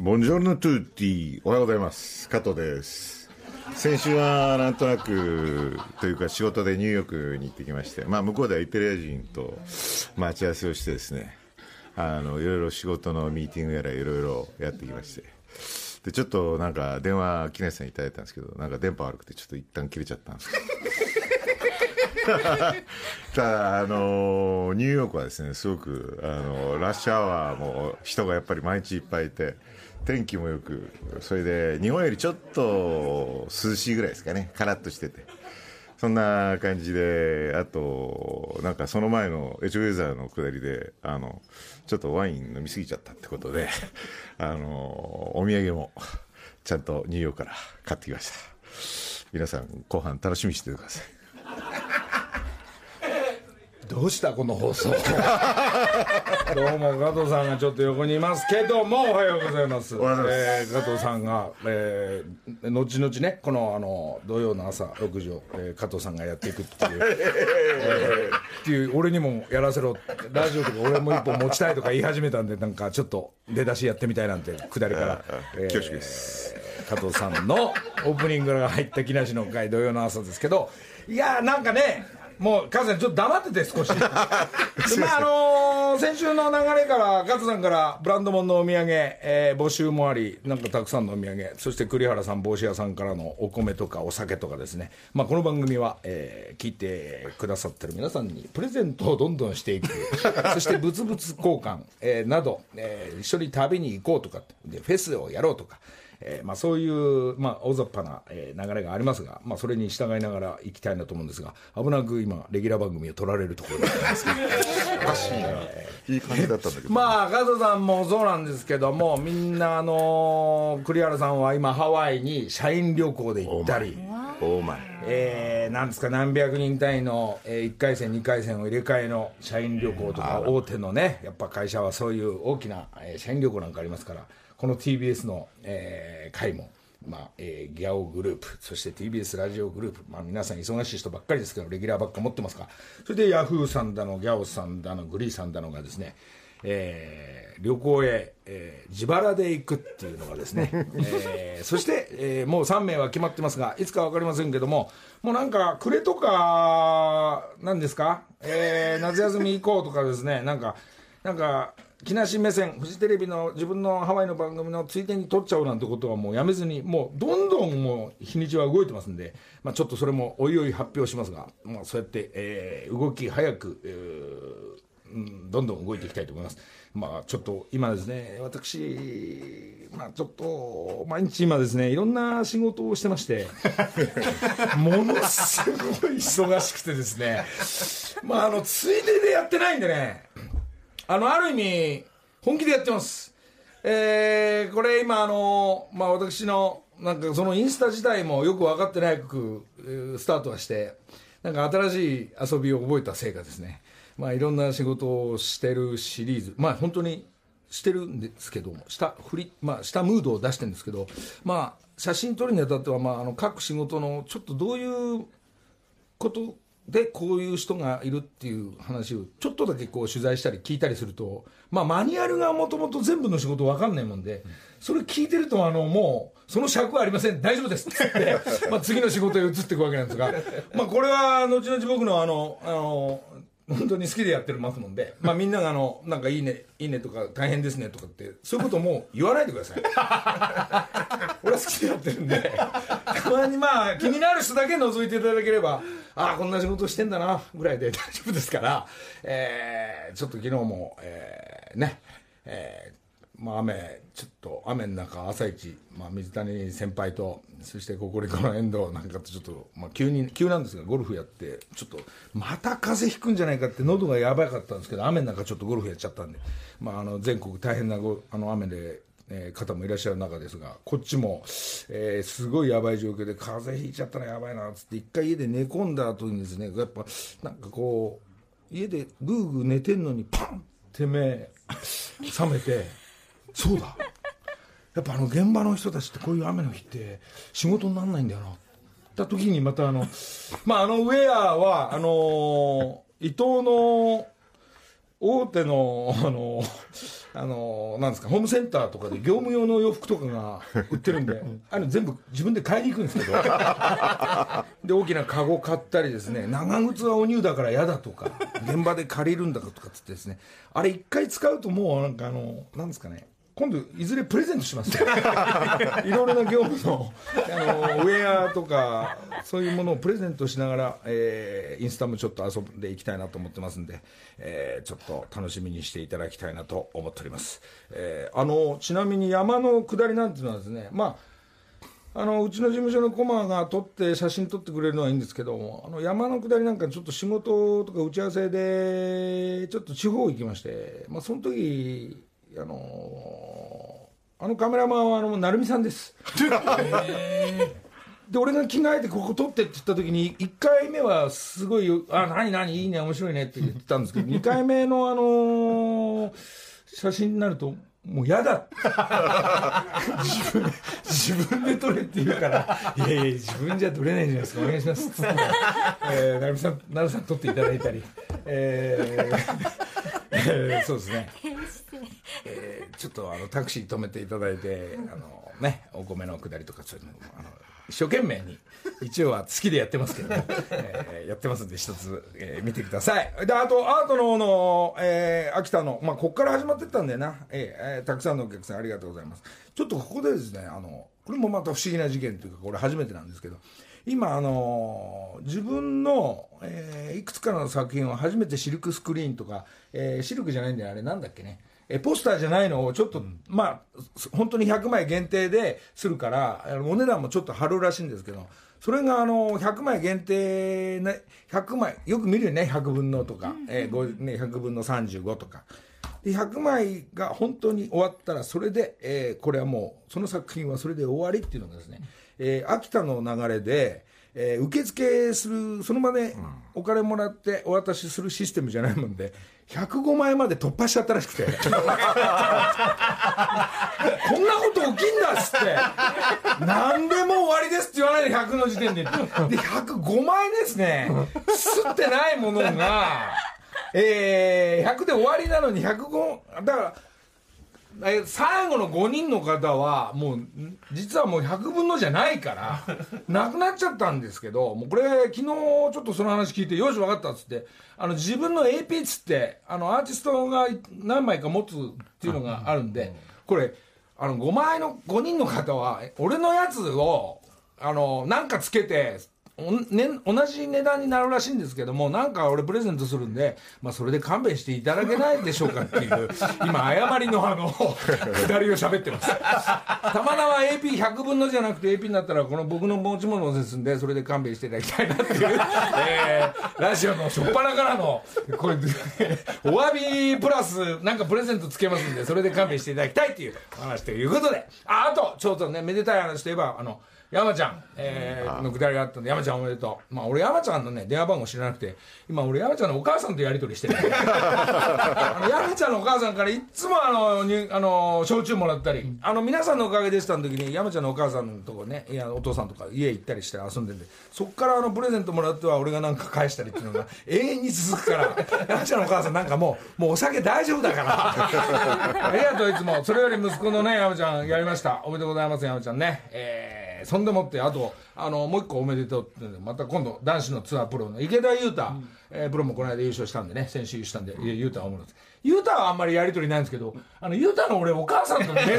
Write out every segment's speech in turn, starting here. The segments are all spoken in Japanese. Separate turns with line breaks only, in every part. ボンジョルノトゥーティーおはようございます加藤です先週はなんとなくというか仕事でニューヨークに行ってきましてまあ向こうではイタリア人と待ち合わせをしてですねあのいろいろ仕事のミーティングやらいろいろやってきましてでちょっとなんか電話木梨さんにいただいたんですけどなんか電波悪くてちょっと一旦切れちゃったんですけどただあのニューヨークはですねすごくあのラッシュアワーも人がやっぱり毎日いっぱいいて天気もよくそれで日本よりちょっと涼しいぐらいですかねカラッとしててそんな感じであとなんかその前のエチュウェザーの下りであのちょっとワイン飲みすぎちゃったってことで あのお土産もちゃんとニューヨークから買ってきました皆さん後半楽しみにしててください
どうしたこの放送どうも加藤さんがちょっと横にいますけどもおはようございます
はようござい
えー加藤さんが、えー後々ねこのあの土曜の朝6時を、えー加藤さんがやっていくって いう、えーっていう俺にもやらせろってラジオとか俺も一本持ちたいとか言い始めたんでなんかちょっと出だしやってみたいなんて下りから、えー
恐縮です
加藤さんのオープニングが入った木梨の会土曜の朝ですけどいやーなんかねもうカズさんちょっと黙ってて少しでまああのー先週の流れからカズさんからブランド物のお土産、えー募集もありなんかたくさんのお土産そして栗原さん帽子屋さんからのお米とかお酒とかですね、まあ、この番組は、えー聞いてくださってる皆さんにプレゼントをどんどんしていくそして物々交換、えーなど、えー一緒に旅に行こうとかでフェスをやろうとかえーまあ、そういう、まあ、大雑把な、えー流れがありますが、まあ、それに従いながら行きたいなと思うんですが危なく今レギュラー番組を取られるところなんですけど
おかしいないい感じだったんだけど、
まあ加藤さんもそうなんですけどもみんな、あのー栗原さんは今ハワイに社員旅行で行ったり。
お前
えーなんですか何百人単位の、え1回戦2回戦を入れ替えの社員旅行とか大手のねやっぱ会社はそういう大きな、えー社員旅行なんかありますからこの TBS の、えー会も、まあえーギャオグループそして TBS ラジオグループ、まあ、皆さん忙しい人ばっかりですけどレギュラーばっか持ってますからそれでヤフーさんだのギャオさんだのグリーさんだのがですねえー旅行へ、えー自腹で行くっていうのがですね、えーそして、えーもう3名は決まってますがいつか分かりませんけどももうなんか暮れとかなんですか、えー夏休み以降とかですねなんかなんか木梨目線フジテレビの自分のハワイの番組のついでに撮っちゃおうなんてことはもうやめずにもうどんどんもう日にちは動いてますんで、まあ、ちょっとそれもおいおい発表しますが、まあ、そうやって、えー動き早く、えーうんどんどん動いていきたいと思います。まあちょっと今ですね、私、まあちょっと、毎日今ですね、いろんな仕事をしてまして、ものすごい忙しくてですね、まああの、ついででやってないんでね、あの、ある意味、本気でやってます。えーこれ今あの、まあ私の、なんかそのインスタ自体もよく分かってないく、えースタートはして、なんか新しい遊びを覚えた成果ですね。まあいろんな仕事をしてるシリーズ、まあ本当にしてるんですけども、した振り、まあしたムードを出してるんですけど、まあ写真撮るにあたっては、まああの各仕事のちょっとどういうことでこういう人がいるっていう話をちょっとだけこう取材したり聞いたりすると、まあ、マニュアルがもともと全部の仕事分かんないもんで、それ聞いてるとあのもうその尺はありません大丈夫ですって言ってまあ次の仕事へ移っていくわけなんですが、まあ、これは後々僕のあのあの本当に好きでやってますもんで、まあ、みんながあのなんかいいねいいねとか大変ですねとかってそういうこともう言わないでください。俺は好きでやってるんでたまにまあ気になる人だけ覗いていただければああこんな仕事してんだなぐらいで大丈夫ですから、えーちょっと昨日も、えーね、えーまあ、雨ちょっと雨の中朝一、まあ、水谷先輩とそしてココリコの遠藤なんかとちょっと、まあ、急に急なんですがゴルフやってちょっとまた風邪ひくんじゃないかって喉がやばかったんですけど雨の中ちょっとゴルフやっちゃったんで、まあ、あの全国大変なごあの雨でえー方もいらっしゃる中ですがこっちも、えーすごいやばい状況で風邪ひいちゃったらやばいなっつって一回家で寝込んだ後にですねやっぱなんかこう家でグーグー寝てんのにパンって目覚めてそうだやっぱあの現場の人たちってこういう雨の日って仕事にならないんだよなった時にまたあのまああのウェアはあのー伊藤の大手の あのあのなんですかホームセンターとかで業務用の洋服とかが売ってるんであの全部自分で買いに行くんですけどで大きなカゴ買ったりですね長靴はお乳だから嫌だとか現場で借りるんだとかっつってですねあれ一回使うともうなんかあのなんですかね今度いずれプレゼントしますよいろいろな業務のあのウェアとかそういうものをプレゼントしながら、えーインスタもちょっと遊んでいきたいなと思ってますんで、えーちょっと楽しみにしていただきたいなと思っております、えーあのちなみに山の下りなんていうのはですねまああのうちの事務所のコマが撮って写真撮ってくれるのはいいんですけどもあの山の下りなんかちょっと仕事とか打ち合わせでちょっと地方行きまして、まあ、その時あのあのカメラマンはあの成美さんですで俺が着替えてここ撮ってって言った時に1回目はすごい「あ何何いいね面白いね」って言ってたんですけど2回目のあのー写真になるともう嫌だ自分自分で撮れって言うから「いやいや自分じゃ撮れないじゃないですかお願いします」っつって、えー、成美さん成美さん撮っていただいたりえーえーそうですねえーちょっとあのタクシー止めていただいてあの、ね、お米のくだりとかそういうのもあの一生懸命に一応は好きでやってますけど、ねえーやってますんで一つ、えー見てくださいであとアートの方の、えー秋田の、まあ、ここから始まってったんだよな、えーえーたくさんのお客さんありがとうございますちょっとここでですねあのこれもまた不思議な事件というかこれ初めてなんですけど今あのー自分の、えーいくつかの作品を初めてシルクスクリーンとか、えーシルクじゃないんだよあれなんだっけねえーポスターじゃないのをちょっと、まあす本当に100枚限定でするからあのお値段もちょっと張るらしいんですけどそれがあの100枚限定ね100枚よく見るよね100分のとか、えーごね、100分の35とかで100枚が本当に終わったらそれで、えーこれはもうその作品はそれで終わりっていうのがですね、えー秋田の流れで、えー受付するその場でお金もらってお渡しするシステムじゃないもんで105枚まで突破しちゃったらしくてこんなこと起きんだっつって何でも終わりですって言わないで100の時点でで105枚ですねすってないものが。えー、100で終わりなのに105だからえー最後の5人の方はもうん実はもう100分のじゃない からなくなっちゃったんですけどもうこれ昨日ちょっとその話聞いてよし分かったっつってあの自分の AP っつってあのアーティストが何枚か持つっていうのがあるんでこれあの5枚の5人の方はえ俺のやつをあのなんかつけておんね、同じ値段になるらしいんですけども、なんか俺プレゼントするんで、まあそれで勘弁していただけないでしょうかっていう、今誤りのあの、下りを喋ってます。たまたま AP100 分のじゃなくて AP になったらこの僕の持ち物ですんで、それで勘弁していただきたいなっていう、えーラジオの初っ端からの、これ、お詫びプラスなんかプレゼントつけますんで、それで勘弁していただきたいっていうお話ということで、あ、あと、ちょっとね、めでたい話といえば、あの、山ちゃん、えーのくだりがあったんで、山ちゃんおめでとう。まあ、俺山ちゃんのね、電話番号知らなくて、今俺山ちゃんのお母さんとやり取りしてる。あの山ちゃんのお母さんからいっつもあの、にあの、焼酎もらったり、あの、皆さんのおかげでしたの時に、山ちゃんのお母さんのとこね、いや、お父さんとか家行ったりして遊んでんで、そっからあの、プレゼントもらっては俺がなんか返したりっていうのが永遠に続くから、山ちゃんのお母さんなんかもう、もうお酒大丈夫だから。ありがとう、いつも。それより息子のね、山ちゃんやりました。おめでとうございます、山ちゃんね。えーえーそんでもってあとあのもう一個おめでとうっていうのでまた今度男子のツアープロの池田勇太、えープロもこの間優勝したんでね先週優勝したんでいや勇太は思うんです勇太はあんまりやり取りないんですけどあの勇太の俺お母さんとメール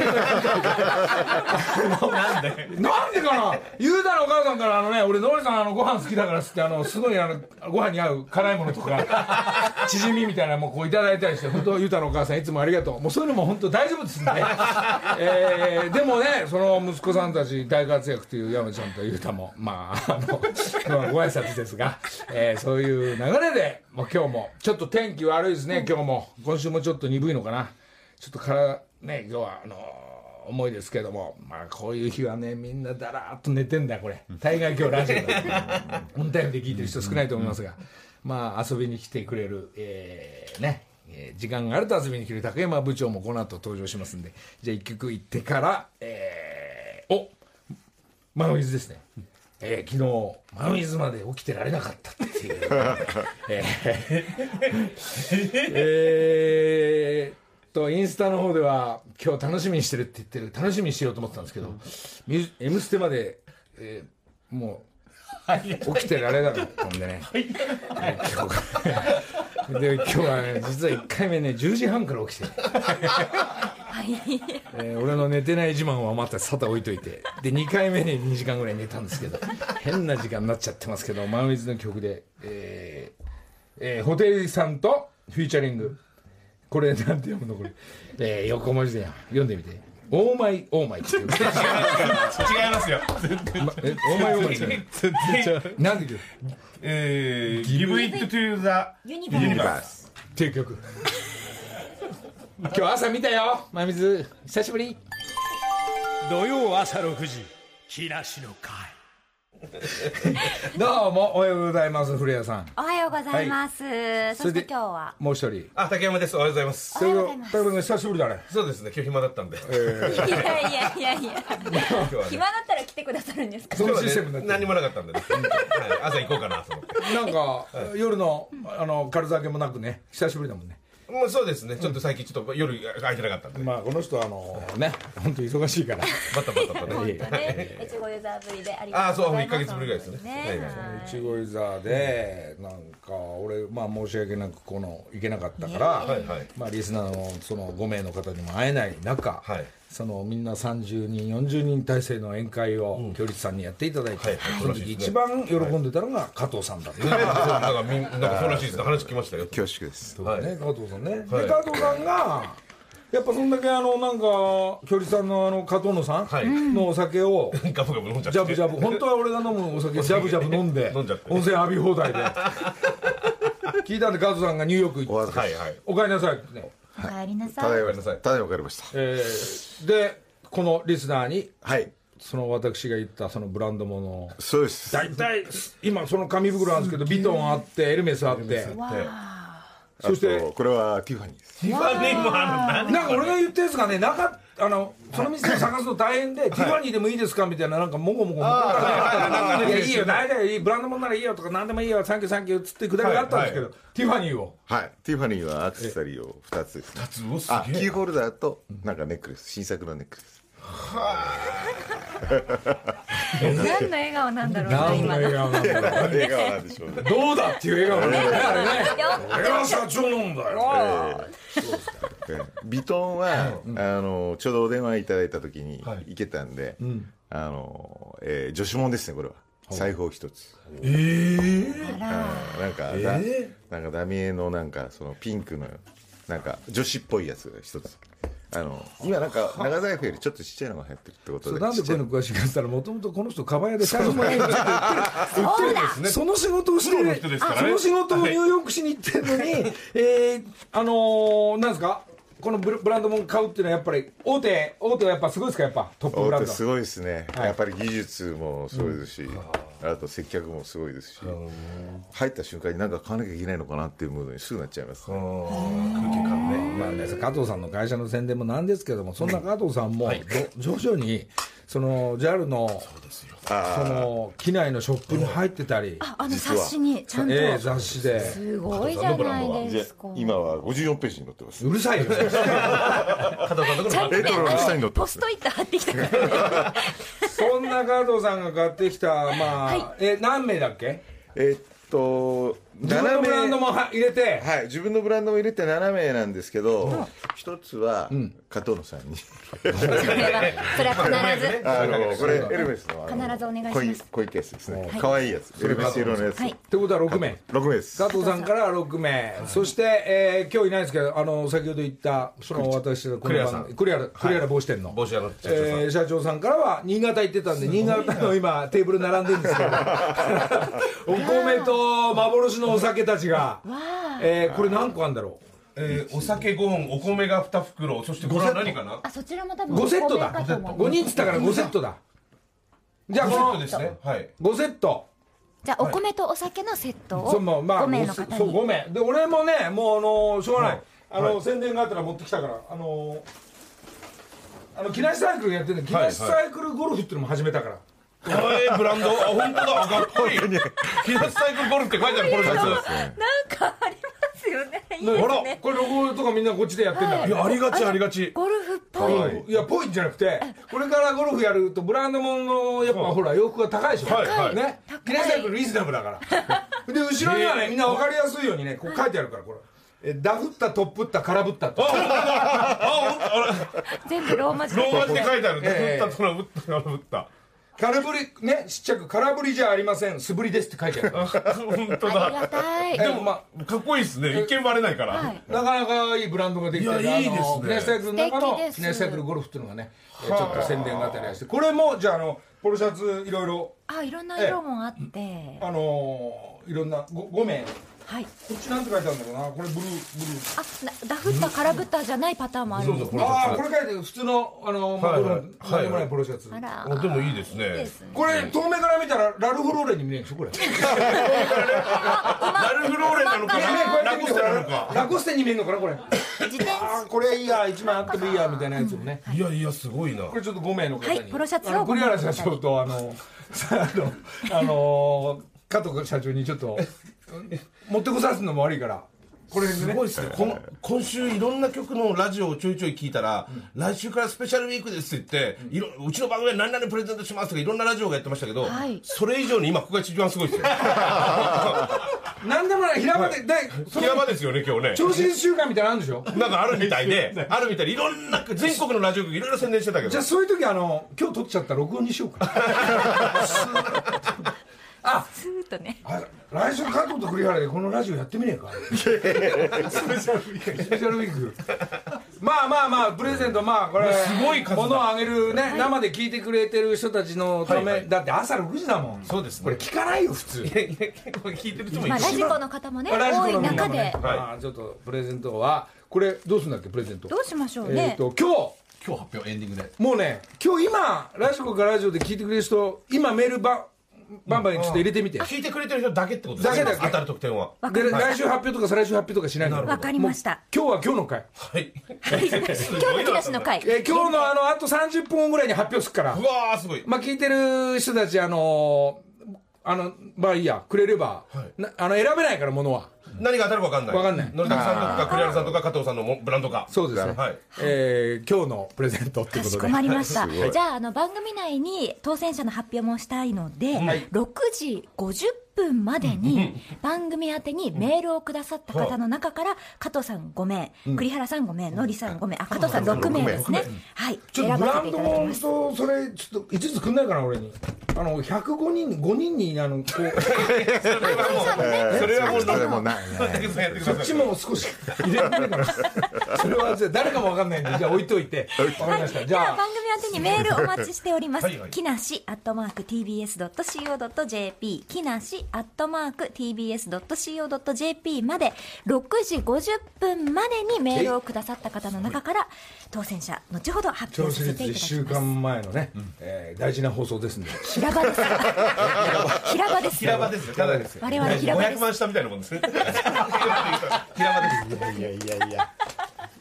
なんでなんでかな雄太のお母さんからあのね俺ノリさんあのご飯好きだからっつってあのすごいあのご飯に合う辛いものとか チヂミみたいなもうこういただいたりして本当雄太のお母さんいつもありがとうもうそういうのも本当大丈夫ですんで、 えーでもねその息子さんたち大活躍という山ちゃんと雄太もまああの、 まあご挨拶ですが、えーそういう流れでもう今日もちょっと天気悪いですね今日も今週もちょっと鈍いのかなちょっとからね今日はあのー思いですけども、まあ、こういう日はね、みんなだらーっと寝てんだよ、これ。大概今日ラジオだ。オンタイムで聞いてる人少ないと思いますが、まあ、遊びに来てくれる、えーね、えー時間があると遊びに来る竹山部長もこの後登場しますんで、じゃあ一曲行ってから、えー、おマウイズですね。えー、昨日、マウイズまで起きてられなかったっていう。えーえーっと、インスタの方では、今日楽しみにしてるって言ってる、楽しみにしようと思ってたんですけど、ミュージ M ステまで、えーもう、起きてられなかったんでね。えー今日がで、今日はね、実は1回目ね、10時半から起きて。えー俺の寝てない自慢はまたさて置いといてで2回目に2時間ぐらい寝たんですけど変な時間になっちゃってますけどマウイズの曲で、えーえー、ホテイさんとフューチャリングこれなんて読むのこれ、えー横文字で読んでみて「オーマイオーマイ」って言う
違いますよ。
まえオーマイオーマイじゃないなんで言う
えー、Give it to the
ユニバー
universe.
っていう曲今日朝見たよマウイズ久しぶり
土曜朝6時木梨の会
どうもおはようございます古谷さん
おはようございます、そして
れで
今日は
もう一人
あ、竹山です。おはようございます。
それが田辺君久しぶりだね
そうですね、今日暇だったんで。
いやいやいやいや
今日は
暇だったら来てくださるんですか
その
今
シス
日
テ
は
ムにな
ね
ってる
何にもなかったんでね。はい朝行こうかなと思っ
なんか、夜のあの軽酒もなくね久しぶりだもんね
て。もうそうですね、ちょっと最近ちょっと夜空いてなかったんで。
まあこの人はあのね本当忙しいから
バタバタとね。
ね越後ユーザーぶりであり
あ
が
あ、
とう
そう、
ご
もう
ざい
1
ます
ヶ月ぶりぐらいですね。はい
ね
いちごいざでなんか俺まあ申し訳なくこの行けなかったから、
はいはい
まあリスナーのその5名の方にも会えない中、
はい
そのみんな30人40人体制の宴会を京立さんにやっていただいて、
はいはい
その時一番喜んでたのが加藤さんだった、
そうなんかみんなんかそうらしいですね。話聞きましたよ。
恐縮です
はい
ね、加藤さんね、
はい
で加藤さんがやっぱそんだけあのなんか距離さんのあの加藤野さん、
はい
のお酒を
ガブガブ飲んじゃって。
ジャブジャブ本当は俺が飲むお酒ジャブジャブ飲んで
飲んじゃって
温泉浴び放題で聞いたんで加藤さんがニューヨーク
お
行
恥ず
って
か
は
しい
いはい。
お帰りなさいってね、
おかえりなさ
た
い
だい
は
ま
なさい
ただいま帰りました
えーでこのリスナーに
はい
その私が言ったそのブランドものを
そうです
大体今その紙袋なんですけどビトンあってエルメスあってそ
そ
し
しててこれはティファニーです
ティファニーもある
なんか俺が言ったやつがね、なかっあの、その店を探すの大変で、ティファニーでもいいですかみたいな、なんかもごもごもご
はいはいはい
いや、いいよ、大体いい、ブランドもんならいいよとか、なんでもいいよ、サンキューサンキューっつってくだりがあったんですけど、ティファニーを。
はいティファニーはアクセサリーを2つですね
うわす
あキ
げえ
ーホルダーとなんかネックレス新作のネックレス
何の笑顔なんだろうな今の
顔なんだろう
笑顔なんでしょうね
どうだっていう笑顔なんだよね、あれね。
よ
俺は社長なんだよ。
ええビトンは、あのちょうどお電話いただいた時に行けたんで、あのえー女子もんですねこれは財布を一つええなんか、だなんかダミエのなんかそのピンクのなんか女子っぽいやつが一つあの今なんか長財布よりちょっとちっちゃいのが流行ってるってこと
そ
で
れなんでこういうの詳しいかって言ったら、もともとこの人、カバン屋で財布もないんです
そうだ
その仕事をして
プロの人ですから
そ
ね
の仕事をニューヨークしに行ってるのに、えー、あのー、なんですかこのブラブランドもん買うっていうのはやっぱり大手大手はやっぱすごいですかやっぱトップブ
大
ラン
手
ド
すごいですね、やっぱり技術もそうですし、あと接客もすごいですし、入った瞬間になんか買わなきゃいけないのかなっていうムードにすぐなっちゃいます、ね
まあね加藤さんの会社の宣伝もなんですけどもそんな加藤さんも、ど徐々にその JAL のその機内のショップに入ってたり、
ああの冊子にちゃんと、
ええ雑誌です
ごいじゃないですか
今は54ページに載ってます
うるさいよ
加藤さんのとこ
ちゃんと
レトロの下に載ってま
ポ
す
ストイット貼ってきたからね
そんな加藤さんが買ってきたまあ、
はい
え何名だっけ
えっと
自分の
7
ブランド
名
もは入れて
はい自分のブランドも入れて7名なんですけど一、つは加藤野さんに
それはそれは必ず
あの これエルメスのあの
必ずお願いします
濃い濃いケースですね可愛、い、やつエルメス色のやつ、
はい
ってことは6名
6名です
加藤さんから6名、そして、えー今日いないですけど、あの先ほど言った、その私のこの
栗原さん
番栗原栗原帽子店の、
帽子屋の社長さん
えー社長さんからは、新潟行ってたんで、新潟の今、テーブル並んでるんですけ ど、お米と幻のお酒たちが、えーこれ、何個あるんだろう、
えーお酒5本、お米が2袋、そしてこれは何かな
あそちらも多分
5セットだ
ご明確と思います
5人っつったから5セットだじゃあ
セ
こ
ット
の
ですね。はい。
5セット
じゃあお米とお酒のセットを
そうまあまあ
5名
ご
の方
そう
に
5名で俺もねもうあのーしょうがない、あのー宣伝があったら持ってきたからあのーあの木梨サイクルやってて木梨サイクルゴルフっていうのも始めたから、
えーブランド、あ、本当だ、あかっこいい。木梨サイクルゴルフって書いてある、これ、
すね
なんかありますよねいい
ね
です
あら
ね
これロゴとかみんなこっちでやってんだから、
はい
いやありがちありがち
ゴルフっぽい、
はい
いやぽいんじゃなくてこれからゴルフやるとブランドもののやっぱほら洋服が高いでしょ、
はいはい
ね記念サイクルリーズナブルだから で後ろにはねみんな分かりやすいようにねこう書いてあるからこれえダフったトップった空振ったと
全部ローマ字
ロ
で
ーマ字で書いてある。
ええ
打った、トラブった、トラブった。
空振りねちっちゃく空振りじゃありません素振りですって書い てあるから
本当
あり
だ。
がたい
でもまあ
かっこいいですね。一見バレないから。
はい
なかなかいいブランドができてる
いやいいですね
あの記念サイクルの中
素
の
敵です
記念サイクルゴルフっていうのがねえちょっと宣伝があったりはしてこれもじゃああのポロシャツいろいろ
あいろんな色もあって、
あのーいろんな 5, 5名
はい
こっちなんて書いてあるんだろうなこれブルーブルー
あなダフった空ぶったじゃないパターンもあるんですね
ああこれ書いてる普通のあの、
はい
も
はいう
これ何でもないポロシャツ、
あら
あでもいいです
いいで
ね。
すね
これ遠目から見たらラルフローレンに見えるでしょこれね
ラルフローレンなのか
こう
うま
や
な、
っ
ラ
て
コ
見た
ステ
ら
なのか。
ラコステに見えるのかなこれあ
自転車
あこれいいや一枚あってもいいやみたいなやつをね、
いやいや、すごいな。
これちょっと5名の方に、
はいポロシャツを
あの栗原社長とあのさあの あの加藤社長にちょっと持ってこさすのも悪いからこれです
す
ね
ごいですねこの今週いろんな曲のラジオをちょいちょい聞いたら、来週からスペシャルウィークですって言っていろうちの番組は何々プレゼントしますとかいろんなラジオがやってましたけど、
はい
それ以上に今ここが一番すごい ですよ
何でもない平場で、でその
平場ですよね、今日ね。
調子週間みたいなのあるんでしょ
なんかあるみたいであるみたいでいろんな全国のラジオ局いろいろ宣伝してたけど
じゃあそういう時あの今日撮っちゃった録音にしようか
スーッとね
あ来週加藤と栗原でこのラジオやってみねえかスペシャルウィークまあまあまあプレゼントまあこれすごい物をあげるね生で聞いてくれてる人たちのためだって朝6時だもん
そうですね
これ聞かないよ普通
いや結構聞いてる人もい
まあ
る
ラジコの方もね
ラジコ
多
の
い
みんな
中
もね
で
まあちょっとプレゼントはこれどうするんだっけプレゼント
どうしましょう
え
ね
っと今日
今日発表エンディングで
もうね今日今ラジコかラジオで聞いてくれる人今メールばバンバンちょっと入れてみて
聞いてくれてる人だけってことです
だけだけ
当たる特典は
わ
で
かり
来週発表とか再来週発表とかしないの
わかりました
今日は今日の回、
はい
はい 今日の木梨の会
えー今日のあのあと30分後ぐらいに発表するから
うわーすごい
まあ聞いてる人たちあのーあのまあいいやくれれば、なあの選べないからものは
何が当たるか分かんない
わかんない
のりたくさんとか栗原さんとか加藤さんのもブランドか
そうですね、
はい
えー今日のプレゼントって
か
いうこ
し
と
こ
で
まりました。じゃあ、あの、番組内に当選者の発表もしたいので、6時50分までに、番組宛てにメールをくださった方の中から、加藤さん5名、栗原さん5名、のりさん5名、あ、加藤さん6名ですね。はい。
ちょっとブ
選ばせ
ラ
て
ン
い
ド
ただき
も
ま
ん
す。
とそれちょっと5つくんないかな俺にあの105人5人にあのこ
そ
う
れはもうそれ もないない
やってく
そっ
ださい
ちも少し入れられないかな それはじゃあ誰かもわかんないんでじゃあ置いといてわかりましたじ
で
ゃ
は
あ
番組宛てにメールお待ちしております。
はいはい
木梨アットマーク tbs.co.jp 木梨アットマーク tbs.co.jp まで6時50分までにメールをくださった方の中から当選者後ほど発
調
表
子
さ
率
せてい
1
た
週
だきます。
間前のね、えー大事な放送ですんで
平場です。平場です。
平場ですよただですよ
我々平場で
500
す。
万したみたいなもんですね
いやいやいやいや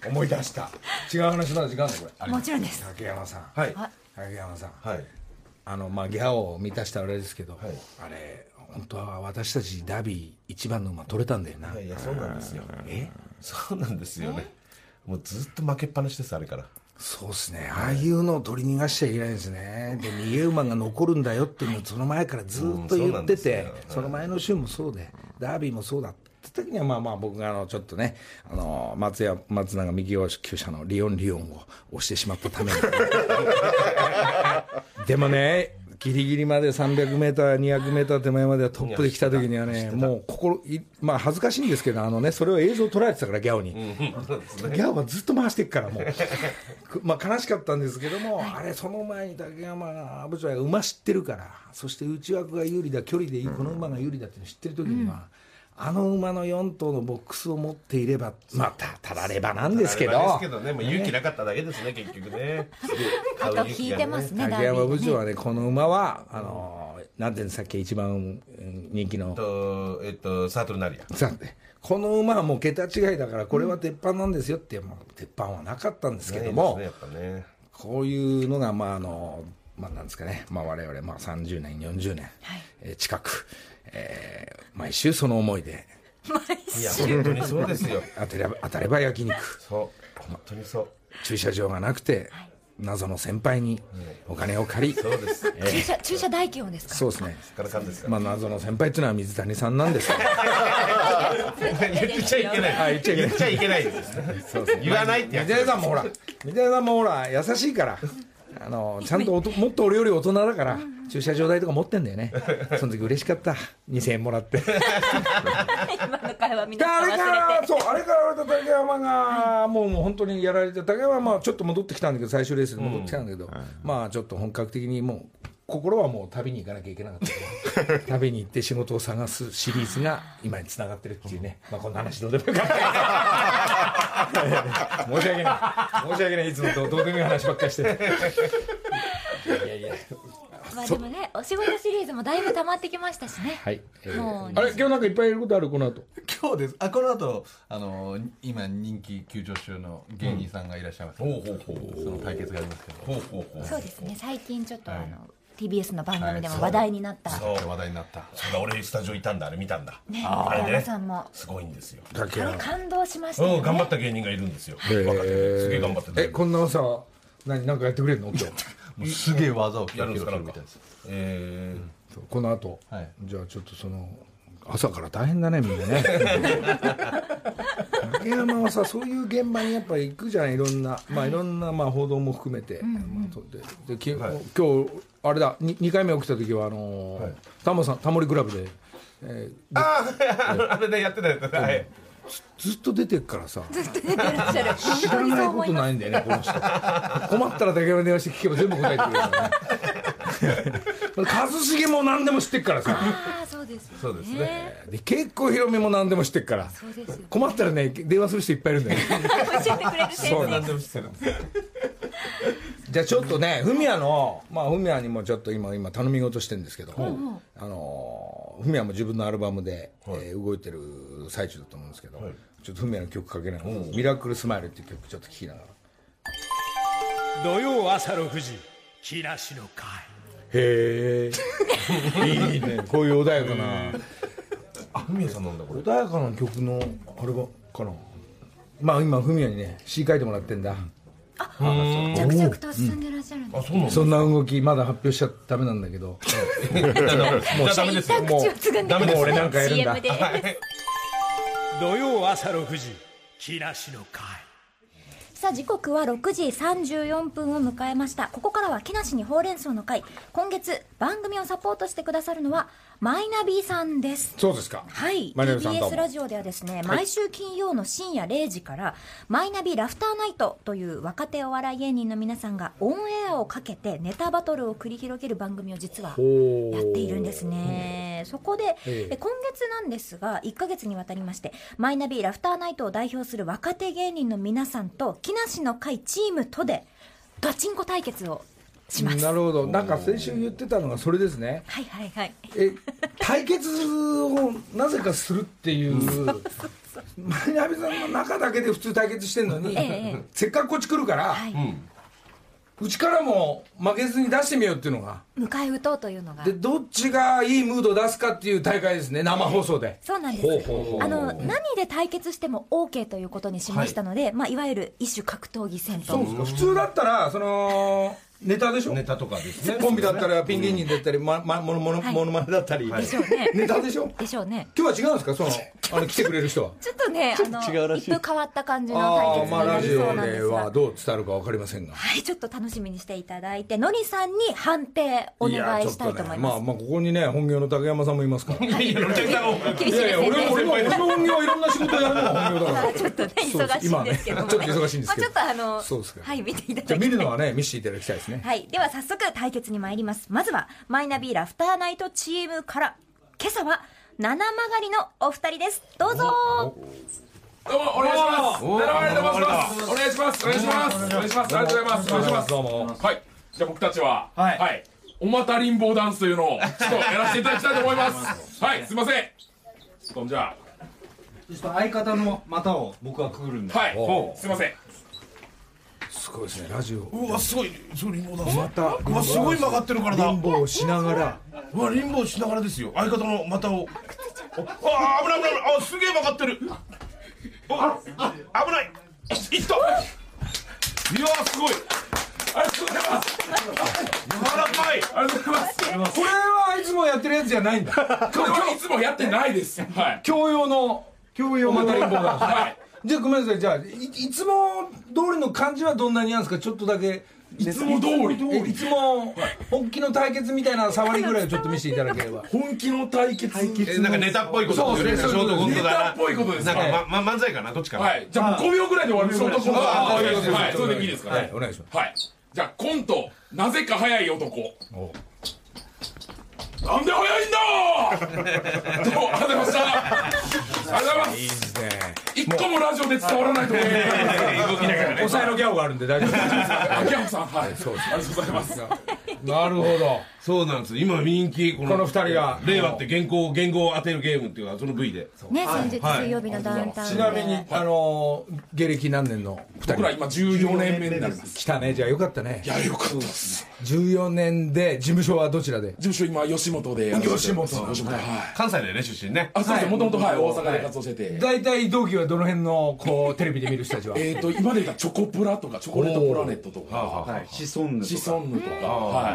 思い出した違う話まだ時間あるのこれ
もちろんです。
竹山さん
はい
竹山さん
はい
あのまあギャオを満たしたあれですけど、あれ本当は私たちダービー一番の馬取れたんだよない
やいやそうなんですよそうなんですよねもうずっと負けっぱなしですあれから
そうですねああいうのを取り逃がしちゃいけないんです ねで逃げ馬が残るんだよっていうのをその前からずっと言ってて、その前の週もそうでダービーもそうだって時にはまあまあ僕があのちょっとねあの松屋松永右用級者のリオンリオンを押してしまったた めにでもねギリギリまで 300m200m 手前まではトップで来た時にはねもう心いまあ恥ずかしいんですけどあのねそれを映像捉えてたからギャオに、ギャオはずっと回していくからもう くまあ悲しかったんですけども、あれその前に竹山が阿部長が馬知ってるからそして内枠が有利だ距離でいいこの馬が有利だっていうの知ってる時には、あの馬の4頭のボックスを持っていればまあたたらればなんですけど
あれですけどね、もう勇気なかっただけですね、結局ね。
あと聞いてますね、ダ
竹
ービ
山
ー
部
でね
長はねこの馬はあのーなんていうんでしたっけ一番うん人気の
と、えっと、サートルナリア。
さてこの馬はもう桁違いだからこれは鉄板なんですよって、もう鉄板はなかったんですけども、
ねやっぱね。
こういうのがまああのまあなんですかね、まあ、我々まあ30年40年、えー近く、えー毎週その思いで
いや、本当にそうですよ。
当てれば当たれば焼肉
そう。本当にそう。
駐車場がなくて謎の先輩にお金を借り、
そうです。
駐車駐車代金をですか
そうですね
からかんですから。
まあ謎の先輩っていうのは水谷さんなんですけど
言っちゃいけな
はい言
い。
っちゃいけない
言っちゃいけないですね。 言わないってや
水
つ。
谷さんもほら水谷さんもほら優しいからあのちゃんとおともっと俺より大人だから駐車場代とか持ってんだよねその時嬉しかった2000円もらって
今の会話みん
で
な
あ
忘
れ
れて
からそうあれから俺と竹山がもうもう本当にやられて竹山はまあちょっと戻ってきたんだけど最終レースで戻ってきたんだけど、まあちょっと本格的にもう心はもう旅に行かなきゃいけなかった から旅に行って仕事を探すシリーズが今につながってるっていうね、 まあ、こんな話どうでもよかったけどいやいや 申し訳ない申し訳ないいつもどうどうでもいい話ばっかりしていやいや
まあでもねお仕事シリーズもだいぶ溜まってきましたしね
はい、えー
もう
あれ今日なんかいっぱいやることあるこの後
今日ですあこの後あの今人気急上昇の芸人さんがいらっしゃいます、
ほうほうほう。
その対決がありますけど
ほうほうほう。
そうですね最近ちょっとあの TBS の番組でも話題になった
そう
話題になった
そうだ俺スタジオいたんだあれ見たんだ
ね
あれ
竹山さんも
すごいんですよ
あれ感動しました
うん
よ
頑張っ
ね
た芸人がいるんですよ
えー
若手ですげえ頑張って
えこんなさ何なんかやってくれるの今日
もうすげえ技を披
やるん
露す
ですかな
る
ん
み
か
たいです
え
そうこの後、
はい
じゃあちょっとその朝から大変だねみんなね竹山はさそういう現場にやっぱ行くじゃんいろんな、まあ、いろんなまあ報道も含めて、まあとででき今日あれだ 2, 回目起きた時はあのータモさんタモリクラブで、えー
ー、あーあのあれでやってたやつはい
ずずっと出てるからさ
ずっと出てらっしゃる
知ら
本当に
な
そう
いこ
思い
と
ま
ないんだよねこの人困ったら竹山に電話して聞けば全部答えてくれるからね 一茂も何でも知ってるからさ
すああそうですそうですね
で結構広めも何でも知ってるから
そうですよね
困ったらね電話する人いっぱいいるん だよ
教えてくれる先
そう
生
なん
が
も知ってる
じゃあちょっとねフミヤのまあフミヤにもちょっと今今頼み事してるんですけどあのーフミヤも自分のアルバムで、えー動いてる最中だと思うんですけど、ちょっとフミヤの曲かけない「ミラクルスマイル」っていう曲ちょっと聴きながら
土曜朝6時木梨の会
へえいいねこういう穏やかな
あふみやさんなんだこれ
穏やかな曲のあれかなまあ今フミヤにね詩書いてもらってんだ、
着々と進んでらっしゃるんです
そうなん
そんな動きまだ発表しちゃダメなんだけど
だじゃあダメ ですよ
口をつぐんで
ダメです
もう俺なんかや るんだ
CM で
土曜朝6時木梨の会
さあ時刻は6時34分を迎えましたここからは木梨にほうれん草の会今月番組をサポートしてくださるのはマイナビさんです
そうですか
はい
マイナビさんどうも
TBS ラジオではですね、毎週金曜の深夜0時から「マイナビラフターナイト」という若手お笑い芸人の皆さんがオンエアをかけてネタバトルを繰り広げる番組を実はやっているんですねそこで、え今月なんですが1ヶ月にわたりまして「マイナビラフターナイト」を代表する若手芸人の皆さんと木梨の会チームとでガチンコ対決をします
な
は
るほどなんか先週言ってたのがそれですね
いはいはい
え対決をなぜかするっていうマイナビさんの中だけで普通対決してんのに、
ええ
せっかくこっち来るから、
はいう
ちからも負けずに出してみようっていうのが
迎え撃とうというのが
でどっちがいいムードを出すかっていう大会ですね生放送で
そうなんです
ほうほうほう
あの何で対決しても OK ということにしましたので、いまあ、いわゆる一種格闘技戦と
そうですか普通だったらそのネタでしょ
ネタとかですね
コンビだったらピン芸人だったり、まま、ものもの
はい
ものまねだったり、
でしょうね
ネタでしょ
でしょうね
今日は違うんですか そのあの来てくれる人は
ちょっとねあの
違うらしい
一風変わった感じの
あ
対
あ
決
まあ
にな
ラ
り
ジ
そ
オ
うなんで
です
が、
はどう伝わるか分かりませんが
はいちょっと楽しみにしていただいてのりさんに判定お願
や
い
ちょ
し
っと
たいと思い
ね
ま
まあまあここにね本業の竹山さんもいますからい
いやロチャクさんも
す、
やいや 俺
厳しい
も
です
俺
ね
も俺の本業はいろんな仕事をやるのが本業だから
ちょっとね
そう
忙しいんですけ
今ね
ども、
ちょっと忙しいんですけど
まあ、ちょっとあの
そうですか
はい見ていただき
じ
た
ゃあ
い
見るのはね見せていただきたいですね
はい。では早速対決に参ります。まずは、マイナビラフターナイトチームから、今朝は、七曲がりのお二人ですどうぞ
どうもお願いします。七割でございます。お願いします。お願いします。お願いします。ありがとうございます。お願いします。
どうも
はい。じゃあ僕たちは、
はい
おまた貧乏ダンスというのを、ちょっとやらせていただきたいと思います。はい、すいません。そんじゃ
ちょっと相方の股を僕はくぐるんで
あ、はい、すいません。
すごいですねラジオ
うわすごいそうリンボーダン
また
うわすごい曲がってるからだ
貧乏しながら
うわリンボーしながらですよ相方の股をああ危ない危ないあすげえ曲がってるああ危ないいったいやーすごい
ありがとうございます。
柔らかい
ありがとうございます。
これはいつもやってるやつじゃないんだ
今日いつもやってないです。はい。
教養の教養また貧乏だ
はい。
じゃあごめんなさいじゃあいいつも通りの感じはどんなにあるんですかちょっとだけい
つも通り
えいつも本気の対決みたいな触りぐらいをちょっと見せていただければ
本気の対決。
えなんかネタっぽいことっていうよりか
そう
シ
そう
ョートコントだな
ネタっぽいことです
なん
は
か、まま、漫才かなどっちかな、
はい。じゃあもう5秒ぐらいで終わる。ショートコント。
あ
はい
あそうそうそう
はい、それでいいですか
はい
ね。
お願いします
はい。じゃあコント、なぜか早い男。なんで早いんだ どうもありがとうございました。ありがとうございます。一個もラジオで伝わらないと思う。
抑えのギャオがあるんで大丈夫
秋山さん、はい。そうです。ありがとうございます。
なるほど
そうなんです今人気この
この二人が
令和って原稿を言語を当てるゲームっていうのはその部位で
ね先日水曜日のダウンタウン
ち
で
なみに、あのー芸歴何年の2
僕ら
人
今14年目になります。
来たねじゃあよかったね
いや、よかったです。
14年で事務所はどちらで
事務所今、吉本でやらせて。吉本。吉本。はい。
関西だよね出身ね
あ、そうです。もともと、はい、大阪で活動してて。
大体同期はどの辺のこうテレビで見る人たちは
えっと、今で言ったらチョコプラとか、チョコレートプラネットとか。
はいシソンヌと
シ
か
ソンヌとか、は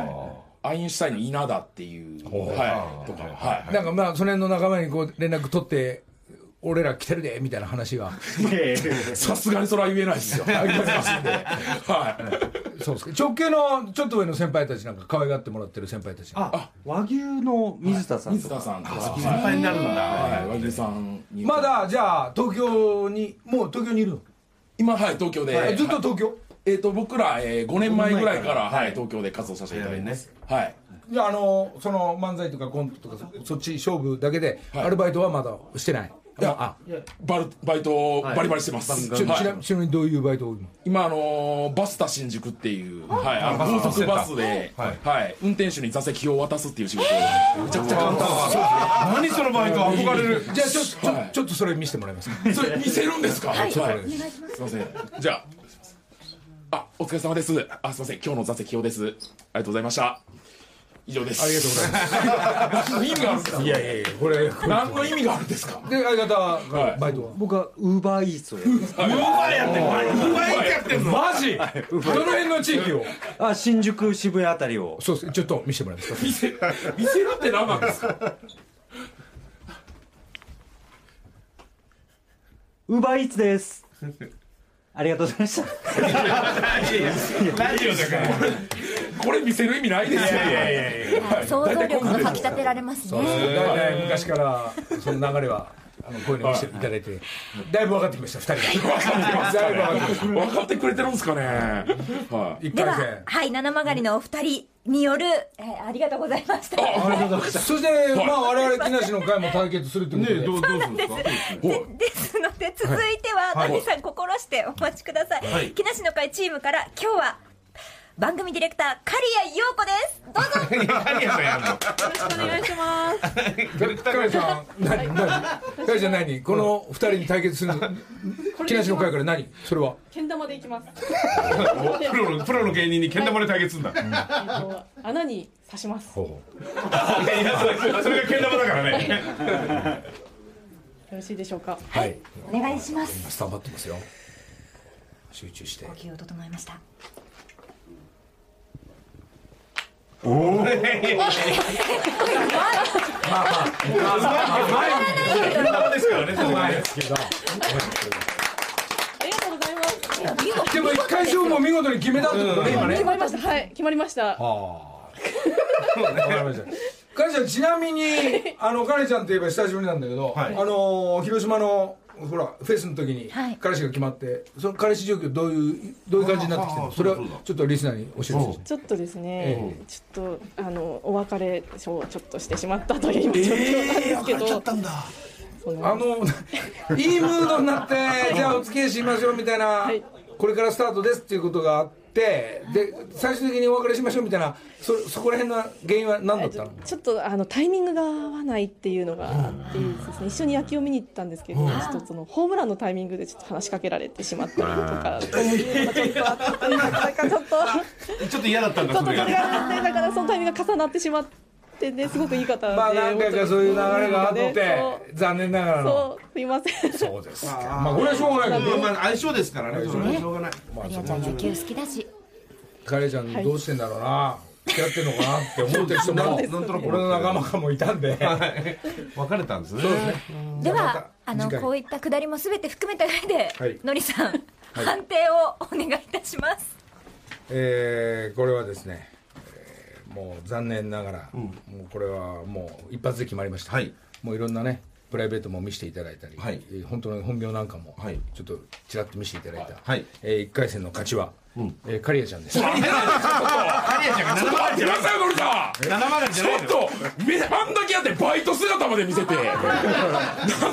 い、アインシュタインの稲田っていう、はい、とか、は い。
なんかまあその辺の仲間にこう連絡取って俺ら来てるでみたいな話が
さすがにそれは言えないです よ。恥ずかしいんで。はい。
そうですか直系のちょっと上の先輩たちなんか可愛がってもらってる先輩たち
あ和牛の水田さん
水
とか、
田さんとか、
先輩になるんだ、
はい、和牛さんに。
まだじゃあ東京にもう東京にいるの
今、はい、東京で。
えずっと東京
えっと、僕ら、えー、5年前ぐらいから、はい、東京で活動させていただいてます。はい。
じゃああのその漫才とかコントとかそそっち勝負だけでアルバイトはまだしてない
いやバルバイト、バリバリしてます。
ちょ
はい
ちなちなみにどういうバイトを
今、あのーバスタ新宿っていう、はい、あの高速バスで、はい、運転手に座席を渡すっていう仕事を、めちゃくちゃ簡単です。
何そのバイト憧れる
じゃあちょちょ,、
はい
ちょっとそれ見せてもら えますか
それ見せるんですか。はい、
お
はい
願いします
すみません。じゃあ。あ、お疲れ様です。あ、すみません。今日の座席表です。ありがとうございました。以上です。ありがとうございます。何の意味があるんですか。いやいやいや、これ。何の意味があるんですか。
で相方がバイトは、
僕はウーバーイーツをやってます
うまいやってうまいやってんの
マジどの辺の地域を
あ新宿渋谷あたりを
そうですねちょっと見せてもらえますか
見せ、見せるって何なんですか。
ウーバーイーツですありがとうございました
これ見せる意味ないですよ。
想像力がかきたてられますね
大体昔からその流れはあのこういうの見せていただいてだいぶ分かってきました2人が だいぶ分かってきまし
分かってくれてるんですかね。はい。
た
で
1回
は
戦
はい七曲りのお二人による、えーありがとうございました
あ、はい
そして、まあ、我々木梨の会も対決するってことで、
どうどうするんですか
ですので続いてはダニさん心してお待ちください、木梨の会チームから今日は番組ディレクター刈谷陽子ですどうぞ
何やそれやんの
お願いします。
カレンさん、何、何、カレンちゃん、何、この二人に対決する。木梨の会から、何、それは。
けん玉でいきます。
プロのプロの芸人にけん玉で対決すんだ い
えっと穴に刺します。よ
やそれそれがけん玉だからね
ろしいでしょうか。
はい、
お願いします
スタンバってますよ。集中して
呼。吸を整えました
ですからねそこはね
ありがとうございます。
でも、一回勝負も見事に決めたってことね、今ね。
決まりました。はい、決まりました。
わかりました。カレンちゃん、ちなみに、あの、カレンちゃんといえば、久しぶりなんだけど、あの、広島の。ほらフェスの時に彼氏が決まって、その彼氏状況どういうどういう感じになってきてるのそれはちょっとリスナーに教えてほしい
ちょっとですね
え、
ちょっとあのお別れをちょっとしてしまったという今状況なんですけど、
あのいいムードになってじゃあお付き合いしましょうみたいな、これからスタートですっていうことがあってで最終的にお別れしましょうみたいなそそこら辺の原因は何だったの
ちょっとあのタイミングが合わないっていうのがあってですね、一緒に野球を見に行ったんですけど、
うん
ちょっとそのホームランのタイミングでちょっと話しかけられてしまったりとか、
え
というのがちょっとあったり、なんかちょっと、
ちょっと嫌だったんだ
ちょ
そ
っと
れ
そ
が
れがあって、だからそのタイミングが重なってしまってね、すごくいい方で、
まあ何回かそういう流れがあっ
本当に
て
そう
残念ながらの
そう、すいません。
そうですまあこれはしょうがないけど
まあまあ相性ですからねそれはしょうがない
マリアちゃん野球好きだし
カレーちゃんどうしてんだろうな、付き合ってんのかなって思ってる人
なん
も
でなんとなく
俺の仲間かもいたんで
別れたんですね
そうですね
ではあの
次回
こういったくだりも全て含めた上で、
はい
のりさん、
はい
判定をお願いいたします
えーこれはですね、えーもう残念ながら、もうこれはもう一発で決まりました、もういろんなねプライベートも見せていただいたり、えー本当の本業なんかも、ちょっとちらっと見せていただいた、え1回戦の勝ちは、えーカリアちゃんです
カリアちゃんが
ちょっと待ってください、のりさん
七曲がりじゃ
ち
ない
ょっとめあんだけやってバイト姿まで見せてなん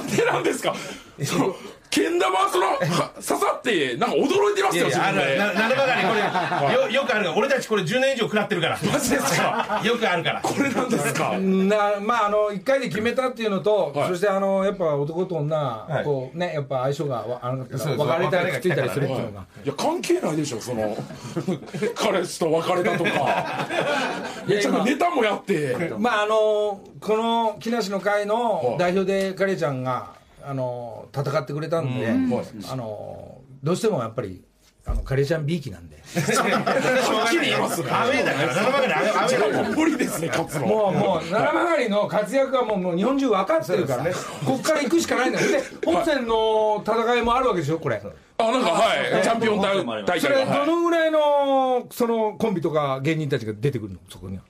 でなんですかそのけん玉はそのは刺さってなんか驚いてますよ
いやい
自
やあ
分
る
で
な七曲がりこれよよくあるから俺たちこれ10年以上食らってるから
マジですか
よくあるから
これなんですか
なまああの1回で決めたっていうのと、そしてあのやっぱ男と女、こうねやっぱ相性がわあの別
そうです
れたりくっついたりするっていうのが
はいいや関係ないでしょその 彼氏と別れたとかめちゃくちゃネタもやって
まああのこの木梨の会の代表でカレちゃんがあの戦ってくれたんで、
うん
あのどうしてもやっぱりあのカレちゃん B 期なんで
はっきり言いますね
アウェーだから七曲がりアウェー
じゃあもう無理ですね勝つの
もうもう七曲りの活躍はもうもう日本中分かってるからねこっから行くしかないんだよね本戦の戦いもあるわけでしょこれ
あなんかはいチャンピオン大大
そ
会
れ
がは
ど
い
のぐらいのそのコンビとか芸人たちが出てくるのそこには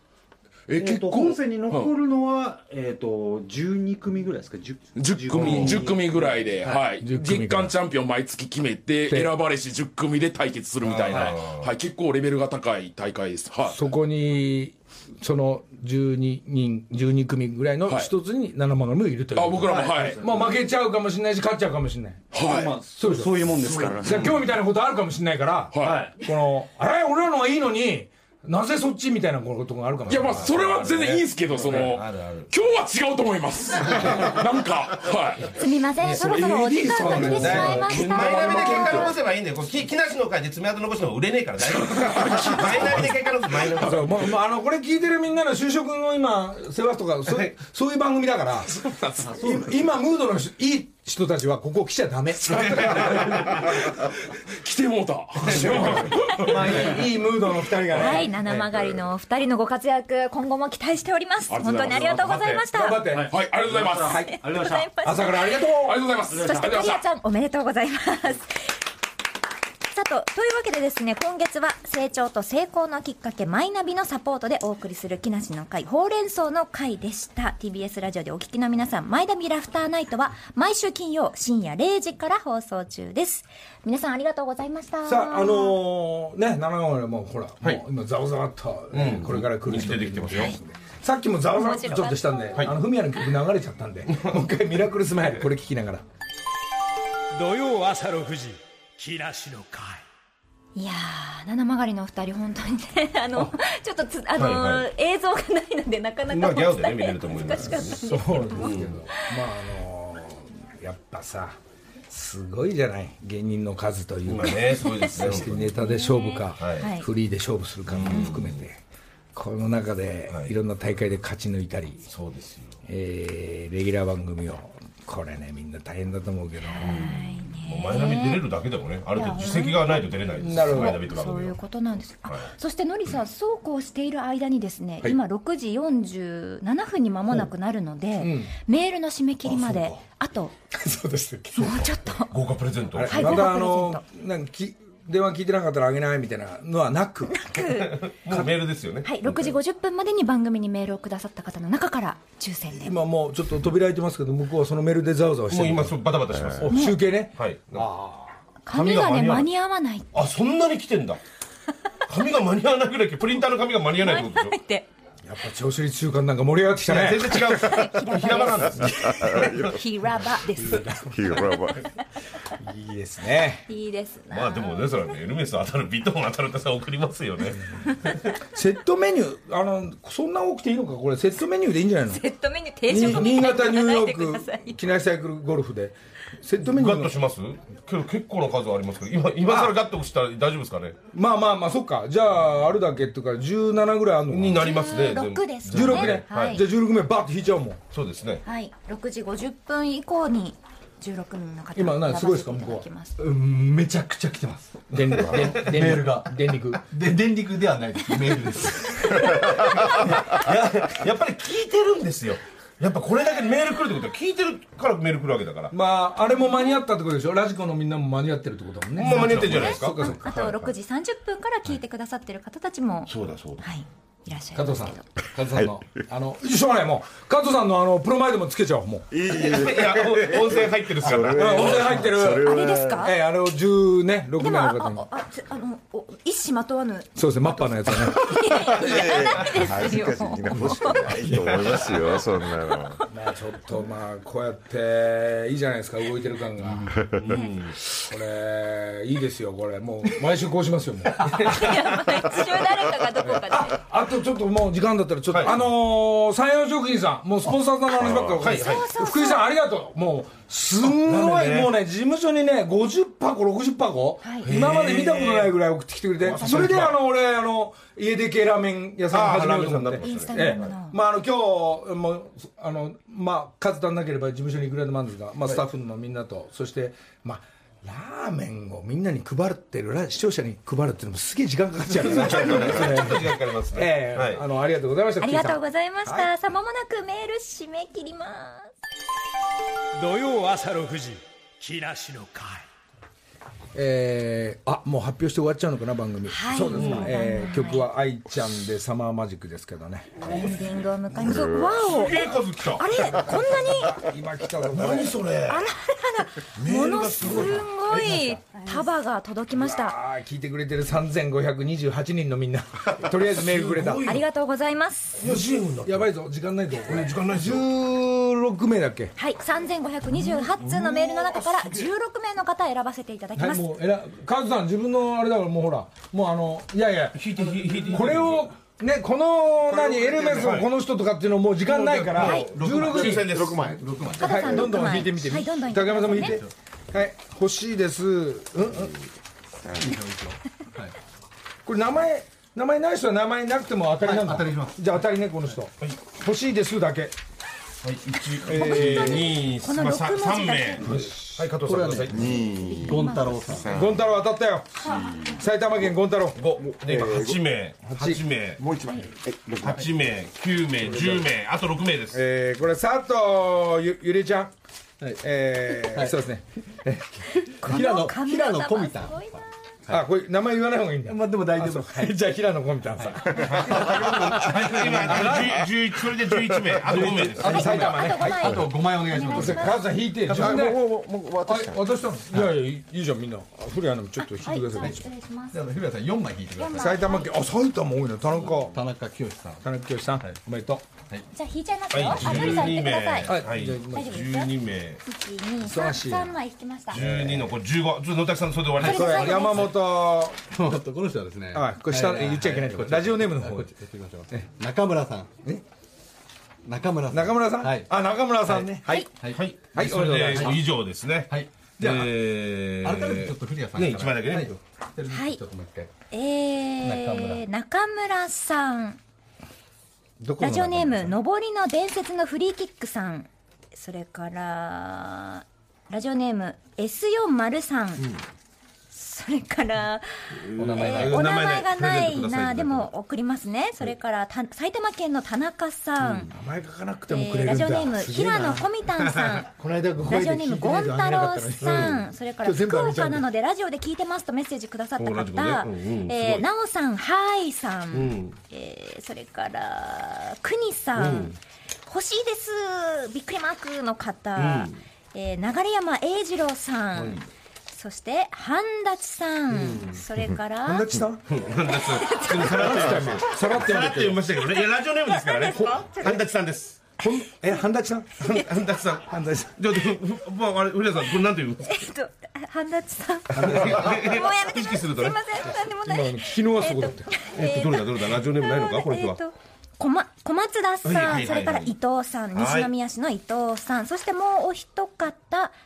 え
えっと本戦に残るのは、えっと12組ぐらいですか 10,
10組10組ぐらいで、はい月
組
間チャンピオン毎月決めて
で
選ばれし10組で対決するみたいな、
あ
はい、結構レベルが高い大会です、はい、
そこにその12人12組ぐらいの一つに七曲りもいるという、
あ僕らもはい
まあ負けちゃうかもしれないし勝っちゃうかもしれない
はいまあ
そう
そういうもんですから
じゃあ今日みたいなことあるかもしれないから、はい、このあれ俺らのはいいのになぜそっちみたいなことがあるかも
い
し
や
れな
ま
い
あそれは全然いいんですけどその今日は違うと思いますなんかはい
すみませんそろそろお時間が来てしまいました
マイナビで結果残せばいいんだよこれき木梨の会で爪痕残しても売れねえから大丈夫マイナビで結果残せばマイナビ
そうもうもうあのこれ聞いてるみんなの就職の今世話とかそういうそういう番組だからい今ムードのしいい人たちはここ来ちゃダメ
来てもうた
まあいいいいムードの二人がね
はい七曲りのお二人のご活躍今後も期待しております本当にありがとうございました
頑張って
はいありがとうございます
はい
ありがとうございました
朝からありがとう
ありがとうございます
そしてカリアちゃんおめでとうございます。さと、というわけでですね、今月は成長と成功のきっかけ、マイナビのサポートでお送りする木梨の会、ほうれん草の会でした。TBS ラジオでお聞きの皆さん、マイナビラフターナイトは毎週金曜深夜0時から放送中です。皆さんありがとうございました。
さああのーね七川はもうほら、もう今ざわざわっと、ね
うん
これから来る人出てきてます
よはい
さっきもざわざわっとちょっとしたんで、あのフミヤの曲流れちゃったんで、 もう一回ミラクルスマイルこれ聞きながら。
土曜朝6時木梨の会
いやー、七曲りのお二人、本当にね、あの、ちょっとつ、あのー
はいは
映像がないので、なかな
まあ
かお
ギャオでね
伝
見れ
え
ると思いま
難
す
し
け
か
ど
っ
そうで
たんです
すけど、まああのーやっぱさすごいじゃない芸人の数というか
今ねすごいですね
そしてネタで勝負か、
はい
フリーで勝負するかも含めて、この中でいろんな大会で勝ち抜いたり、
そうですよ
えーレギュラー番組をこれねみんな大変だと思うけど、
もうマイナビ出れるだけでもねある程度実績がないと出れないです
なるほど
マイナビとか
そういうことなんです。あ、そしてのりさん、そうこうしている間にですね、
はい
今6時47分に間もなくなるので、
うん
メールの締め切りまであと
そうです
もうちょっと
豪華プレゼント
あれ
はい
ま
豪華
たあのなんかき電話聞いてなかったらあげないみたいなのはな く
もうメールですよね
はい、6時50分までに番組にメールをくださった方の中から抽選で
今もうちょっと扉開いてますけど向こうはそのメールでざわざわして
もう今そうバタバタしてます
お集計ね
はい
あ
紙がね間に合わない
あそんなに来てんだ紙が間に合わないぐらいプリンターの紙が間に合わないってことでしょ
やっぱ調子率週間なんか盛り上がってきたね
いや全然違う もう平場なんです
平場です
平場
いいですね
いいですな
まあでもねそれはねエルメス当たるビトン当たるってさ送りますよね
セットメニューあのそんな多くていいのかこれセットメニューでいいんじゃないの
セットメニュー定食
に
み
新
たい
潟
に
ニューヨ
言わないでくださ
ー
い
ク機内サイクルゴルフでセットメニュ
ガ
ー
ッ
の
としますけど結構な数ありますけど今今更ガッと押したら大丈夫ですかね
まあまあまあそっかじゃああるだけっていうから17ぐらいあるのに
なりますね全部
16ですかね
16ね、
はい
じゃあ16名バーッと引いちゃうもん
そうですね
はい6時50分以降に16人の方
今何すごいですか向こうは
うんめちゃくちゃ来てます
電力
メールが
電力
で電力ではないですメールです
やっぱり聞いてるんですよやっぱこれだけメール来るってことは聞いてるからメール来るわけだから
まああれも間に合ったってことでしょラジコのみんなも間に合ってるってことだもんね
もう間に合ってんじゃないですか
そっかそっか
あと6時30分から聞いてくださってる方たちも
そうだそうだ
はいいらっしゃい
加
ま
藤さ
す
ん
けど
加藤さんの、あのしょうがないもう加藤さんのあのプロマイドもつけちゃおうもう
いいいい
いやお温泉入ってるっすから
あ温泉入ってる
それは
あれですか
ええあれを10ね6
で
名
もあ
の方に
ああつあのお一糸まとわぬ
そうですねマッパーのやつはね
恥ずかしいな欲しくないと思いますよそんなの
まあちょっとまあこうやっていいじゃないですか動いてる感が、うんこれいいですよこれもう毎週こうしますよもう
一緒に誰かがどこかで
あとちょっともう時間だったらちょっと、
はい
あのー、山陽食品さんもうスポンサーさんの話ばっかり
はいはい
福井さんありがとうもうすんごい、もうね事務所にね50箱60箱、
はい
今まで見たことないぐらい送ってきてくれてそれであの俺あの家で系ラーメン屋さん始めようと思っ
あーラーメン
て
屋さんになってま
インスタグラ
え
ム
え
の
まあ、あの今日もうあの、まあ、数足んなければ事務所にいくらでもあるんですが、まあ、スタッフのみんなと、そして、まあ、ラーメンをみんなに配るってるら視聴者に配るっていうのもすげえ時間かかっ ちゃうよね
ちょっと時間かかりますね
ええ
はい
あのありがとうございました
ありがとうご
い
ざいましたさあまもなくメール締め切ります
土曜朝6時木梨の会
ます、えーあもう発表して終わっちゃうのかな番組、
はい
そうですね
うん、
えー曲は「愛ちゃん」で「サマーマジック」ですけどね
エンディングを迎えますわお
ええ数来た
あれこんなに
今来たぞこれ
それ
ものすごい束が届きました
あー聞いてくれてる3528人のみんなとりあえずメールくれた
ありがとうございます
やばいぞ時間ないぞこれ
時間ないですよ
16名だっけ
はい3528通のメールの中から16名の方選ばせていただき
は
ま
い、
す
もうえらカズさん自分のあれだからもうほらもうあのいやいや
引いて引いて引いて
これをねこの何エルメスのこの人とかっていうのもう時間ないから、
はい
抽
16
選です6枚
加藤さ
はい
ん
どん
6
どん
枚
引いてみて、
はいどんどん引いて
高山さんも引いてはい欲しいですうんうんこれ名前名前ない人は名前なくても当たりなん
は
だ、
い当たりします
じゃあ当たりねこの人、欲しいですだけ
はい1 2
この6文字だけ
はい加藤さんください
ゴン太郎さん
ゴン太郎当たったよ埼玉県ゴン太郎
5で今8名8名
もう一枚え六枚
8名9名10名あと6名です
えー、これ佐藤ゆゆりちゃん、えーそうですね
平野
神
平
田
野
様
小見た
すごいな
あ、これ名前言わない方がいいんだ。
まあでも大丈夫
じゃあ平野コミタンさん。
はい今あと11それで11名あと5名です
あの埼玉
あ
ね。
と5枚
あと5枚お願いします
じゃあカズさん引いて。自分で。
もうもうもう
あ
渡した
渡したの。いやいやいいいいじゃんみんな。あ古谷アナもちょっと引い
は
て
い
くだ
じゃ
さ
あ
い。
失礼します
じゃあ古谷さん4枚引いてください
埼玉県あ埼玉多いね。田中
田中清さん
田中清さんおめでと
じゃあ引いちゃいますよ
は
あ
い
ゆりさん
12
言ってください
名
はい
はい
じゃあ行きま
しょう
12名
忙しい
123枚引きました
12のこれ15ちょっと野田さんそれで終わりで
う。
す
これ山
ち
本。
ょっとこの人はですね
あこれ下言っちゃいけないとこラジオネームの方
こっちやってみましょう中村さん
え
中村さん
中村さん。
はい
あ中村さんね。はい。
はい
はい
はい
それ
おめでとうござい
で
ます
以上ですね
はい
じ
じ
ゃ
ゃ
あ
あ
改
改めてちょっと古谷さん
ね一枚だけね
はいちょっともう一回
えー中村さん
どこ
ラ
の
ジオネーム上りの伝説のフリーキックさんそれからラジオネーム S403 さそれから、
お名前
え
な
ー
い
お名前がな
プレゼントく
い
ださい
な、でも送りますね。それから、た埼玉県の田中さん。
名前書かなく
え
てもくれ
ー
る
ラ
ん
ジ
だ
オネーム、
すげえな
平野コミタンさん。
この間ここで
ラジオネーム、ゴン太郎さん、それから福岡なの
で
で、ラジオで聞いてますとメッセージくださった
おラジコね
方
うんうん、す
え
ご
ー
い
なおさん、はいさ、
うんん
えーそれから、くにさ
うんん、
欲しいです、びっくりマークの
う
方
ん、
えー流山栄次郎さ
うんん、
そして、半立さん、それから、
半立さん
半立さん。さらっと読みました。さらっと読みましたけどね。いやラジオネームですからね。 半立さんです。
え半立さん？
半立さん。
半立さ
ん。じゃあふふまああれ古谷さんこれなんていう。
えっと、半立さん、も
半
う
立
やめて
意
くださ
識
い、
す
す
る
み
と
ま
ね
せん、なんでもない。
今昨日はすごかったよえっとどれだどれだラジオネームないのかこの人は
えーと小ま小松田さん、
はいはいはいはい
それから伊藤さん、
はい
西宮市の伊藤さん、そしてもうお一方、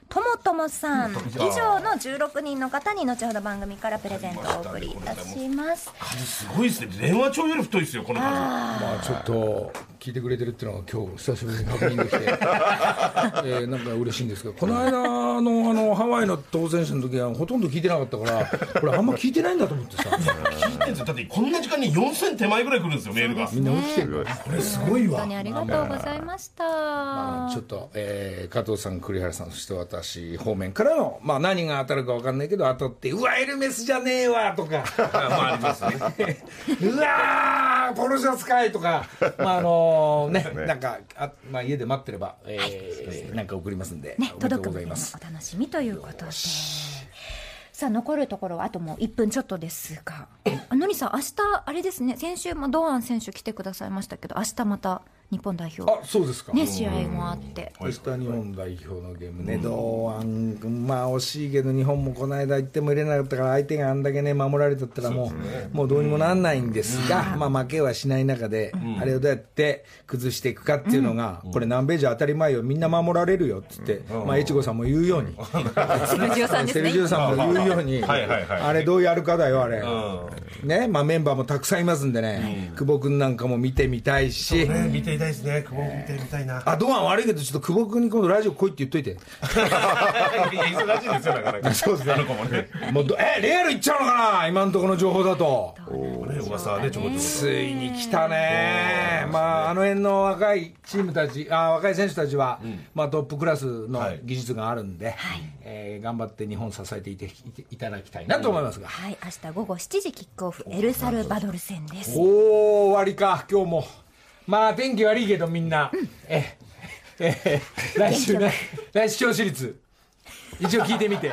ともともさん、以
ともとも
上の16人の方に、後ほど番組からプレゼントをお送りいたします。
すごいですね。電話帳より太いですよこの数。
まあちょっと聞いてくれてるっていうのが今日久しぶりに確認でき て、えーなんか嬉しいんですけどこの間のあのハワイの当選者の時はほとんど聞いてなかったからこれあんま聞いてないんだと思ってさ
聞いてんですよだってこんな時間に4000手前ぐらい来るんですよメールが。み
んな起きてるこれすごいわ
本当にありがとうございました。
ちょっと、えー加藤さん、栗原さん、そして私方面からの、まあ、何が当たるか分かんないけど、当たって、うわ、エルメスじゃねえわとか、
ありますね。
うわー、ポルシャスかいとか、まああの ね、なんか、あまあ、家で待ってれば、えーなんか送りますんで、
ね、
おめでと
届
う
く
ご
ま
ざい
での
ま
お
す。
楽しみということで。さあ残るところはあともう1分ちょっとですがあのりさん明日あれですね先週も堂安選手来てくださいましたけど明日また日本代表
あそうですか
ね試合もあって
明日日本代表のゲームね、堂安君、まあ惜しいけど、日本もこの間1点も入れなかったから、相手があんだけね、守られたったらもう、もうどうにもなんないんですが、まあ負けはしない中で、
ん
あれをどうやって崩していくかっていうのが、これ、南米じゃ当たり前よ、みんな守られるよって言って、まあ、越後さんも言うように、
セルジオさんです
セ
ね
ルジオさんも言うように、
はいはいはい
あれどうやるかだよ、あれ。ね、まあメンバーもたくさんいますんでね、久保君なんかも見てみたいし。
ね見てみたいですね。久保見てみたいな。
あ、ドアン悪いけど、ちょっと久保君に今度ラジオ来いって言っといて。
いや忙しいですよなかなか。 そうですね。あの子もね。
もうどえ、レアル行っちゃうのかな今のところの情報だと。
ね噂はねちょこちょこ。
ついに来たね。まあ、あの辺の若いチームたち、あ若い選手たちは、まあトップクラスの技術があるんで、えー頑張って日本支えていていていただきたいなと思いますが。
はい明日午後7時キックオフエルサルバドル戦です
おー、終わりか、今日も。まあ、天気悪いけど、みんな。えええ来週ね、来週、視聴率、一応聞いてみて。